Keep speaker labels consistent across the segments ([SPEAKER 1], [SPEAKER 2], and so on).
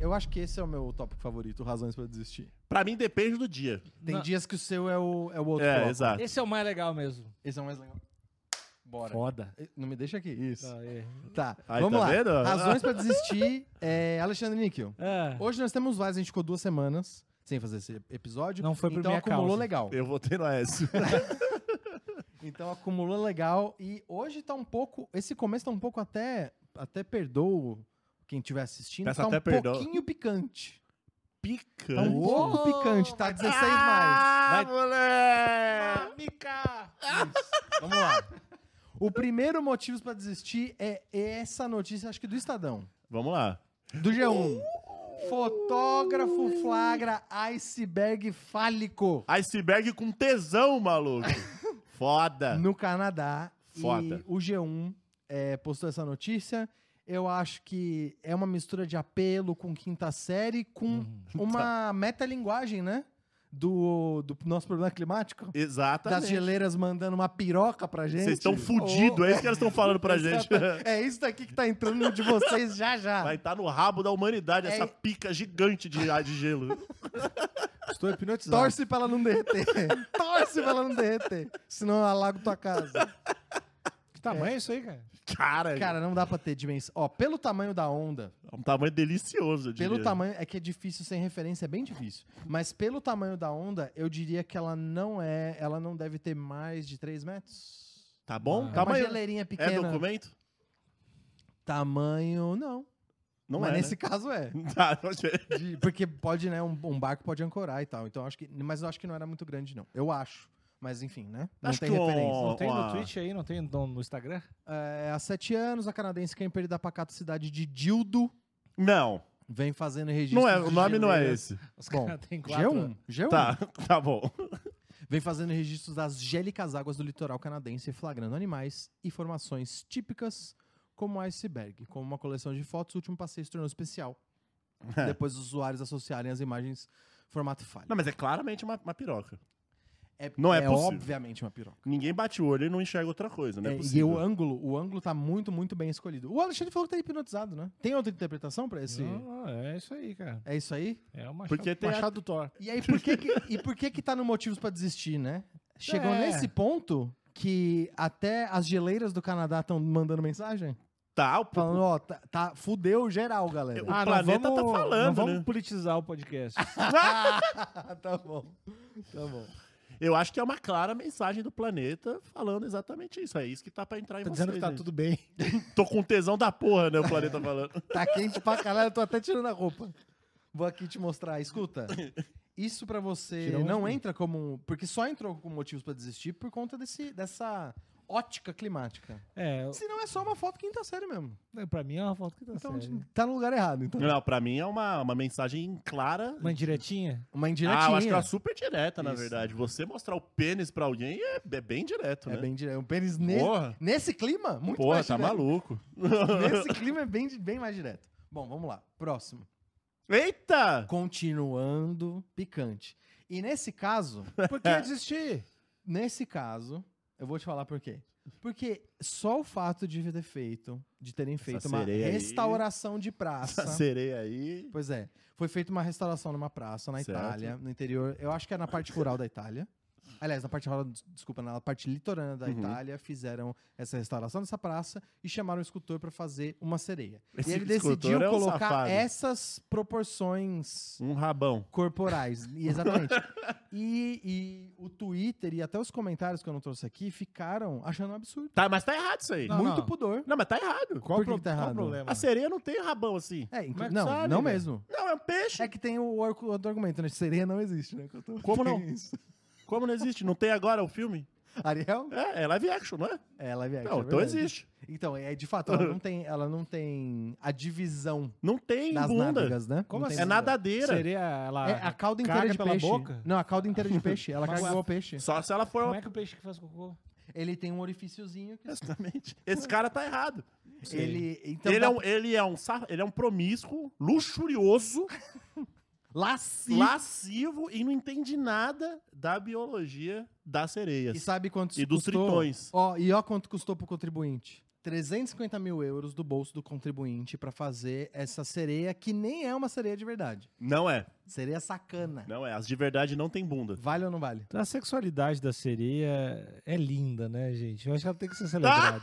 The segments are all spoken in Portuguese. [SPEAKER 1] Eu acho que esse é o meu tópico favorito, razões pra desistir.
[SPEAKER 2] Pra mim depende do dia.
[SPEAKER 1] Tem
[SPEAKER 3] Não.
[SPEAKER 1] dias que o seu é o, é o outro.
[SPEAKER 2] É,
[SPEAKER 1] bloco.
[SPEAKER 2] exato.
[SPEAKER 3] Esse é o mais legal mesmo.
[SPEAKER 1] Esse é o mais legal. Bora.
[SPEAKER 3] Foda.
[SPEAKER 1] Não me deixa aqui. Isso.
[SPEAKER 3] Tá, é.
[SPEAKER 1] Tá,
[SPEAKER 2] Aí,
[SPEAKER 1] vamos
[SPEAKER 2] tá
[SPEAKER 1] lá.
[SPEAKER 2] vendo?
[SPEAKER 1] Razões pra desistir. É, Alexandre Níquel.
[SPEAKER 3] Ah,
[SPEAKER 1] Hoje nós temos vários, a gente ficou duas semanas sem fazer esse episódio.
[SPEAKER 3] Não foi por
[SPEAKER 1] Então
[SPEAKER 3] minha
[SPEAKER 1] acumulou
[SPEAKER 3] causa.
[SPEAKER 1] legal.
[SPEAKER 2] Eu votei no Aécio.
[SPEAKER 1] Tá Então acumulou legal e hoje tá um pouco, esse começo tá um pouco até até perdoa quem estiver assistindo,
[SPEAKER 2] Peço
[SPEAKER 1] tá
[SPEAKER 2] até
[SPEAKER 1] um
[SPEAKER 2] perdão.
[SPEAKER 1] pouquinho picante.
[SPEAKER 2] Pica.
[SPEAKER 1] Tá um pouco picante, tá 16 mais.
[SPEAKER 2] Ah,
[SPEAKER 3] Vai-
[SPEAKER 2] moleque!
[SPEAKER 3] Mica!
[SPEAKER 1] Vamos lá. O primeiro motivo pra desistir é essa notícia, acho que do Estadão,
[SPEAKER 2] Vamos lá.
[SPEAKER 1] do G1. Fotógrafo flagra iceberg fálico.
[SPEAKER 2] Iceberg com tesão, maluco. Foda.
[SPEAKER 1] no Canadá.
[SPEAKER 2] É. Foda.
[SPEAKER 1] E o G1 é, postou essa notícia. Eu acho que é uma mistura de apelo com quinta série com
[SPEAKER 2] Hum, tá.
[SPEAKER 1] uma metalinguagem, né? Do, do nosso problema climático. Das Oh.
[SPEAKER 2] Exatamente.
[SPEAKER 1] geleiras mandando uma piroca pra gente.
[SPEAKER 2] Vocês estão fudidos, é isso que elas estão falando pra gente.
[SPEAKER 1] É isso daqui que tá entrando no de vocês já já.
[SPEAKER 2] Vai estar no rabo da humanidade essa
[SPEAKER 1] É-
[SPEAKER 2] pica gigante de, de gelo.
[SPEAKER 4] Estou hipnotizado.
[SPEAKER 1] Torce pra ela não derreter. Torce pra ela não derreter. Senão eu alago tua casa.
[SPEAKER 3] Que tamanho é isso aí, cara?
[SPEAKER 2] Cara,
[SPEAKER 1] Cara, não dá pra ter dimensão. Ó, pelo tamanho da onda,
[SPEAKER 2] é um tamanho delicioso, eu diria.
[SPEAKER 1] Pelo tamanho, é que é difícil sem referência, é bem difícil. Mas pelo tamanho da onda, eu diria que ela não é, ela não deve ter mais de 3 metros.
[SPEAKER 2] Tá bom?
[SPEAKER 3] Ah.
[SPEAKER 1] É
[SPEAKER 2] tamanho.
[SPEAKER 1] uma geleirinha
[SPEAKER 2] É
[SPEAKER 1] pequena.
[SPEAKER 2] documento?
[SPEAKER 1] tamanho, não.
[SPEAKER 2] Não
[SPEAKER 1] mas
[SPEAKER 2] é.
[SPEAKER 1] nesse
[SPEAKER 2] né?
[SPEAKER 1] caso é.
[SPEAKER 2] Tá, não sei.
[SPEAKER 1] De- porque pode, né, um, um barco pode ancorar e tal. Então eu acho que, mas eu acho que não era muito grande não. Eu acho. Mas enfim, né? Não
[SPEAKER 2] Acho
[SPEAKER 1] tem
[SPEAKER 2] que um-
[SPEAKER 1] referência.
[SPEAKER 2] Ó,
[SPEAKER 3] Não tem
[SPEAKER 2] ó.
[SPEAKER 3] no Twitch aí? Não tem no, no Instagram?
[SPEAKER 1] É, há sete anos, a canadense Camper da pacata cidade de Dildo
[SPEAKER 2] Não,
[SPEAKER 1] vem fazendo registro.
[SPEAKER 2] não é,
[SPEAKER 1] de
[SPEAKER 2] o nome não é
[SPEAKER 1] geleiras.
[SPEAKER 2] esse.
[SPEAKER 3] Os
[SPEAKER 1] Bom,
[SPEAKER 3] caras têm quatro.
[SPEAKER 1] G1, G1.
[SPEAKER 2] Tá, tá bom.
[SPEAKER 1] vem fazendo registros das gélicas águas do litoral canadense, flagrando animais e formações típicas como iceberg. Como uma coleção de fotos, o último passeio se tornou especial. Depois os usuários associarem as imagens formato falho.
[SPEAKER 2] Não, mas é claramente uma, uma piroca.
[SPEAKER 1] é,
[SPEAKER 2] não é possível.
[SPEAKER 1] obviamente uma piroca.
[SPEAKER 2] Ninguém bate o olho e não enxerga outra coisa, não é,
[SPEAKER 1] É, e
[SPEAKER 2] possível.
[SPEAKER 1] o ângulo, o ângulo tá muito, muito bem escolhido. O Alexandre falou que tá hipnotizado, né? Tem outra interpretação pra esse?
[SPEAKER 3] Não, é isso aí, cara.
[SPEAKER 1] É isso aí?
[SPEAKER 3] É uma
[SPEAKER 2] Porque tem a-
[SPEAKER 3] Machado Thor.
[SPEAKER 1] E aí, por que que, e por que que tá no motivos pra desistir, né? Chegou
[SPEAKER 3] É.
[SPEAKER 1] nesse ponto que até as geleiras do Canadá estão mandando mensagem?
[SPEAKER 2] Tá, o
[SPEAKER 1] Falando, ó, tá, tá- fudeu geral, galera.
[SPEAKER 2] O planeta tá falando,
[SPEAKER 3] não Ah, vamos
[SPEAKER 2] né?
[SPEAKER 3] politizar o podcast.
[SPEAKER 1] tá bom. Tá bom.
[SPEAKER 2] Eu acho que é uma clara mensagem do planeta falando exatamente isso. É isso que tá pra entrar em
[SPEAKER 4] Tá dizendo que
[SPEAKER 2] vocês,
[SPEAKER 4] tá
[SPEAKER 2] né?
[SPEAKER 4] tudo bem.
[SPEAKER 2] Tô com tesão da porra, né? O planeta falando.
[SPEAKER 1] Tá quente pra caralho, eu tô até tirando a roupa. Vou aqui te mostrar. Escuta, isso pra você
[SPEAKER 3] Tirou um
[SPEAKER 1] não
[SPEAKER 3] fio.
[SPEAKER 1] entra como... um- Porque só entrou com motivos pra desistir por conta desse, dessa ótica climática.
[SPEAKER 3] É,
[SPEAKER 1] Senão é só uma foto quinta série mesmo.
[SPEAKER 3] pra mim é uma foto que tá
[SPEAKER 1] Então
[SPEAKER 3] séria.
[SPEAKER 1] tá no lugar errado. Então.
[SPEAKER 2] Não, pra mim é uma, uma mensagem clara.
[SPEAKER 3] Uma indiretinha?
[SPEAKER 1] Uma indiretinha.
[SPEAKER 2] Ah, eu acho que é uma super direta, na
[SPEAKER 1] Isso.
[SPEAKER 2] verdade. Você mostrar o pênis pra alguém é, é bem direto,
[SPEAKER 1] É
[SPEAKER 2] né?
[SPEAKER 1] bem direto. Um pênis ne-
[SPEAKER 2] Porra.
[SPEAKER 1] nesse clima? Muito
[SPEAKER 2] Porra,
[SPEAKER 1] mais
[SPEAKER 2] tá
[SPEAKER 1] direto.
[SPEAKER 2] maluco.
[SPEAKER 1] Nesse clima é bem, di- bem mais direto. Bom, vamos lá. Próximo.
[SPEAKER 2] Eita!
[SPEAKER 1] Continuando picante. E nesse caso,
[SPEAKER 3] Por que desistir?
[SPEAKER 1] nesse caso, eu vou te falar por quê. Porque só o fato de ter feito, de terem feito uma
[SPEAKER 2] sereia aí.
[SPEAKER 1] restauração de
[SPEAKER 2] Essa
[SPEAKER 1] praça.
[SPEAKER 2] sereia aí.
[SPEAKER 1] Pois é, foi feita uma restauração numa praça na
[SPEAKER 2] Certo.
[SPEAKER 1] Itália, no interior. Eu acho que era na parte rural da Itália. Aliás, na parte rural, des- desculpa, na parte litorânea da
[SPEAKER 2] Uhum.
[SPEAKER 1] Itália, fizeram essa restauração dessa praça e chamaram o escultor para fazer uma sereia.
[SPEAKER 2] Esse
[SPEAKER 1] e ele
[SPEAKER 2] escultor
[SPEAKER 1] decidiu
[SPEAKER 2] é um
[SPEAKER 1] colocar
[SPEAKER 2] safado.
[SPEAKER 1] essas proporções
[SPEAKER 2] Um rabão.
[SPEAKER 1] corporais. E, exatamente. e, e o Twitter e até os comentários que eu não trouxe aqui ficaram achando um absurdo.
[SPEAKER 2] Tá, mas tá errado isso aí.
[SPEAKER 3] Não,
[SPEAKER 2] Não,
[SPEAKER 1] Muito
[SPEAKER 3] não.
[SPEAKER 1] pudor.
[SPEAKER 2] mas tá errado.
[SPEAKER 1] Por
[SPEAKER 3] Qual, o
[SPEAKER 1] que
[SPEAKER 3] pro-
[SPEAKER 1] que tá
[SPEAKER 3] qual o
[SPEAKER 1] errado?
[SPEAKER 3] problema?
[SPEAKER 2] A sereia não tem rabão assim.
[SPEAKER 1] É, inclu-
[SPEAKER 3] Como é que
[SPEAKER 1] não,
[SPEAKER 3] sabe,
[SPEAKER 1] não
[SPEAKER 3] velho?
[SPEAKER 1] mesmo.
[SPEAKER 2] Não, é um peixe.
[SPEAKER 1] É que tem o outro argumento, né? Sereia não existe, né? que eu tô-
[SPEAKER 2] Como não?
[SPEAKER 1] Tem isso.
[SPEAKER 2] Como não existe? Não tem agora o filme?
[SPEAKER 1] Ariel?
[SPEAKER 2] É, é live action, não é?
[SPEAKER 1] É, live action.
[SPEAKER 2] não,
[SPEAKER 1] é
[SPEAKER 2] então
[SPEAKER 1] verdade.
[SPEAKER 2] existe.
[SPEAKER 1] Então, é, de fato, ela não tem, ela não tem a divisão
[SPEAKER 2] Não tem
[SPEAKER 1] das
[SPEAKER 2] bunda.
[SPEAKER 1] nádegas, né?
[SPEAKER 3] Como
[SPEAKER 1] Não tem
[SPEAKER 3] assim?
[SPEAKER 2] É nadadeira.
[SPEAKER 3] Seria ela.
[SPEAKER 1] É a cauda
[SPEAKER 3] Caga
[SPEAKER 1] inteira de
[SPEAKER 3] pela
[SPEAKER 1] peixe.
[SPEAKER 3] boca?
[SPEAKER 1] Não, a cauda inteira de peixe. Ela
[SPEAKER 3] Mas
[SPEAKER 1] caga
[SPEAKER 3] a-
[SPEAKER 1] igual peixe.
[SPEAKER 2] Só se ela for.
[SPEAKER 3] Como
[SPEAKER 2] Uma...
[SPEAKER 3] é que o peixe que faz cocô?
[SPEAKER 1] Ele tem um orifíciozinho que
[SPEAKER 2] Exatamente. Esse cara tá errado.
[SPEAKER 1] ele então
[SPEAKER 2] ele,
[SPEAKER 1] dá-
[SPEAKER 2] é um, ele, é um, sar- ele é um promíscuo, luxurioso,
[SPEAKER 1] Ah, lascivo.
[SPEAKER 2] lascivo e não entende nada da biologia das
[SPEAKER 1] E
[SPEAKER 2] sereias.
[SPEAKER 1] sabe quanto
[SPEAKER 2] E dos tritões.
[SPEAKER 1] Ó, e ó quanto custou pro contribuinte. 350 mil euros do bolso do contribuinte pra fazer essa sereia que nem é uma sereia de verdade.
[SPEAKER 2] Não é.
[SPEAKER 1] Sereia sacana.
[SPEAKER 2] Não é. As de verdade não tem bunda.
[SPEAKER 1] Vale ou não vale?
[SPEAKER 3] Então, a sexualidade da sereia é linda, né, gente? Eu acho que ela tem que ser celebrada.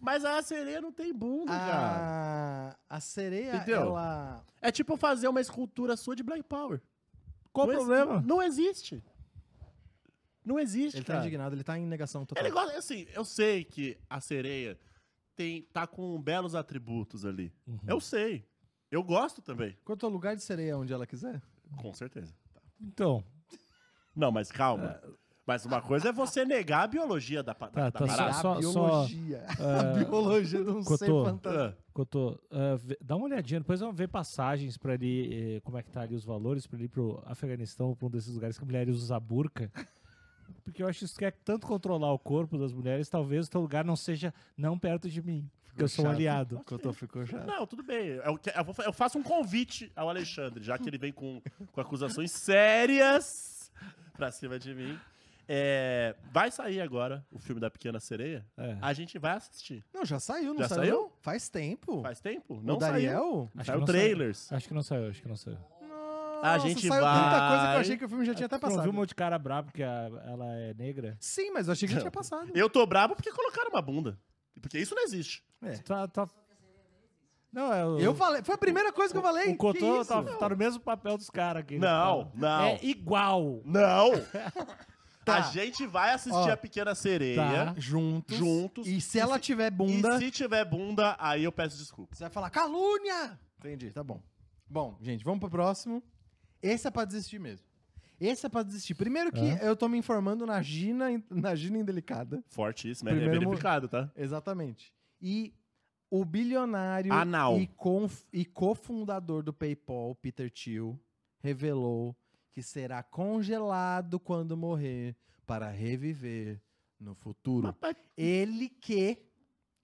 [SPEAKER 2] Mas a sereia não tem bunda, cara.
[SPEAKER 1] A, Ah, a sereia,
[SPEAKER 2] Entendeu?
[SPEAKER 1] ela.
[SPEAKER 2] É tipo fazer uma escultura sua de Black Power.
[SPEAKER 3] Qual o
[SPEAKER 2] Não ex-
[SPEAKER 3] problema?
[SPEAKER 2] Não existe. Não existe,
[SPEAKER 1] Ele tá
[SPEAKER 2] cara.
[SPEAKER 1] indignado, ele tá em negação total.
[SPEAKER 2] Ele gosta, assim, eu sei que a sereia tem, tá com belos atributos ali.
[SPEAKER 3] Uhum.
[SPEAKER 2] Eu sei. Eu gosto também.
[SPEAKER 1] Quanto ao lugar de sereia onde ela quiser?
[SPEAKER 2] Com certeza.
[SPEAKER 3] Então,
[SPEAKER 2] Não, mas calma.
[SPEAKER 1] É.
[SPEAKER 2] Mas uma coisa é você negar a biologia da, pa- da,
[SPEAKER 1] Ah,
[SPEAKER 3] Tá,
[SPEAKER 2] da
[SPEAKER 3] tá
[SPEAKER 2] parada.
[SPEAKER 3] certo. só-
[SPEAKER 1] é a
[SPEAKER 3] só-
[SPEAKER 1] biologia.
[SPEAKER 2] é,
[SPEAKER 1] a biologia um não sei
[SPEAKER 3] Cotô.
[SPEAKER 1] fantasma.
[SPEAKER 2] Ah,
[SPEAKER 3] Cotô, ah, vê- dá uma olhadinha, depois vamos ver passagens pra ali, eh, como é que tá ali os valores, pra ele ir pro Afeganistão, pra um desses lugares que mulheres usam burca. Porque eu acho que isso quer tanto controlar o corpo das mulheres, talvez o teu lugar não seja não perto de mim, porque eu sou um
[SPEAKER 1] chato.
[SPEAKER 2] É,
[SPEAKER 3] aliado.
[SPEAKER 1] Cotô ficou chato.
[SPEAKER 2] Ah. Não, tudo bem. Eu, que- eu vou fa- eu faço um convite ao Alexandre, já que ele vem com, com acusações sérias pra cima de mim. É, vai sair agora o filme da Pequena Sereia.
[SPEAKER 3] É.
[SPEAKER 2] A gente vai assistir.
[SPEAKER 1] Não, já saiu, não
[SPEAKER 2] Já
[SPEAKER 1] saiu?
[SPEAKER 2] saiu?
[SPEAKER 1] não? Faz tempo.
[SPEAKER 2] Faz tempo?
[SPEAKER 1] o
[SPEAKER 2] Não saiu.
[SPEAKER 1] Daniel?
[SPEAKER 3] Acho que
[SPEAKER 2] Saiu
[SPEAKER 3] não Ah.
[SPEAKER 2] trailers.
[SPEAKER 3] Acho que não saiu, acho que não saiu.
[SPEAKER 1] Nossa,
[SPEAKER 2] Ah, A gente
[SPEAKER 1] saiu tanta coisa que
[SPEAKER 2] vai-
[SPEAKER 1] eu achei que o filme já tinha até
[SPEAKER 3] Tu não viu
[SPEAKER 1] passado.
[SPEAKER 3] um monte de cara brabo porque a- ela é negra?
[SPEAKER 1] Sim, mas eu achei que já tinha passado.
[SPEAKER 2] Eu tô bravo porque colocaram uma bunda. Porque isso não existe.
[SPEAKER 3] Tá, tá... Não, é o...
[SPEAKER 1] É. Eu falei, foi a primeira coisa que eu falei.
[SPEAKER 3] O Cotô
[SPEAKER 1] que
[SPEAKER 3] tá,
[SPEAKER 1] isso?
[SPEAKER 3] tá no mesmo papel dos caras aqui.
[SPEAKER 2] Não,
[SPEAKER 3] Ele
[SPEAKER 2] não.
[SPEAKER 3] fala, É igual.
[SPEAKER 2] Não!
[SPEAKER 1] Tá.
[SPEAKER 2] A gente vai assistir
[SPEAKER 1] Ó.
[SPEAKER 2] a Pequena Sereia.
[SPEAKER 3] Tá.
[SPEAKER 1] Juntos.
[SPEAKER 2] Juntos.
[SPEAKER 1] E se ela tiver
[SPEAKER 2] E
[SPEAKER 1] bunda,
[SPEAKER 2] se tiver bunda, aí eu peço desculpa.
[SPEAKER 1] você vai falar calúnia. Entendi, tá bom. Bom, gente, vamos pro próximo. Esse é pra desistir mesmo. Esse é pra desistir. Primeiro que eu tô me informando na Gina, na Gina Indelicada.
[SPEAKER 2] Fortíssimo, é
[SPEAKER 1] Primeiro mo-
[SPEAKER 2] verificado, tá?
[SPEAKER 1] Exatamente. E o bilionário
[SPEAKER 2] Anal.
[SPEAKER 1] e, conf- e cofundador do PayPal, Peter Thiel, revelou que será congelado quando morrer para reviver no futuro.
[SPEAKER 2] Mas-
[SPEAKER 1] Ele que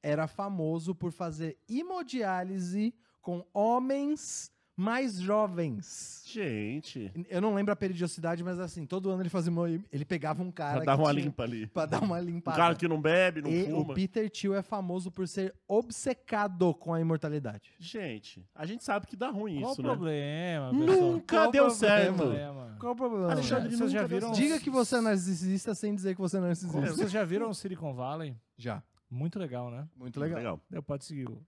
[SPEAKER 1] era famoso por fazer hemodiálise com homens mais jovens.
[SPEAKER 2] Gente.
[SPEAKER 1] Eu não lembro a periodicidade, mas assim, todo ano ele fazia uma, ele pegava um cara
[SPEAKER 2] Pra dar
[SPEAKER 1] que
[SPEAKER 2] uma
[SPEAKER 1] tinha-
[SPEAKER 2] limpa ali.
[SPEAKER 1] pra dar uma
[SPEAKER 2] Um
[SPEAKER 1] limpada.
[SPEAKER 2] cara que não bebe, não
[SPEAKER 1] E o
[SPEAKER 2] fuma.
[SPEAKER 1] Peter Thiel é famoso por ser obcecado com a imortalidade.
[SPEAKER 2] Gente, a gente sabe que dá ruim
[SPEAKER 3] Qual
[SPEAKER 2] isso,
[SPEAKER 3] o
[SPEAKER 2] né?
[SPEAKER 3] problema? pessoal?
[SPEAKER 2] Nunca
[SPEAKER 3] Qual o
[SPEAKER 2] deu
[SPEAKER 3] problema?
[SPEAKER 2] certo.
[SPEAKER 1] Qual o problema?
[SPEAKER 2] Alexandre,
[SPEAKER 3] Vocês já
[SPEAKER 2] nunca deu
[SPEAKER 3] viram?
[SPEAKER 2] certo.
[SPEAKER 1] Diga que você é narcisista sem dizer que você é narcisista.
[SPEAKER 3] Vocês já viram o Silicon Valley?
[SPEAKER 1] Já.
[SPEAKER 3] Muito legal, né?
[SPEAKER 1] Muito legal.
[SPEAKER 3] Eu pode seguir. o-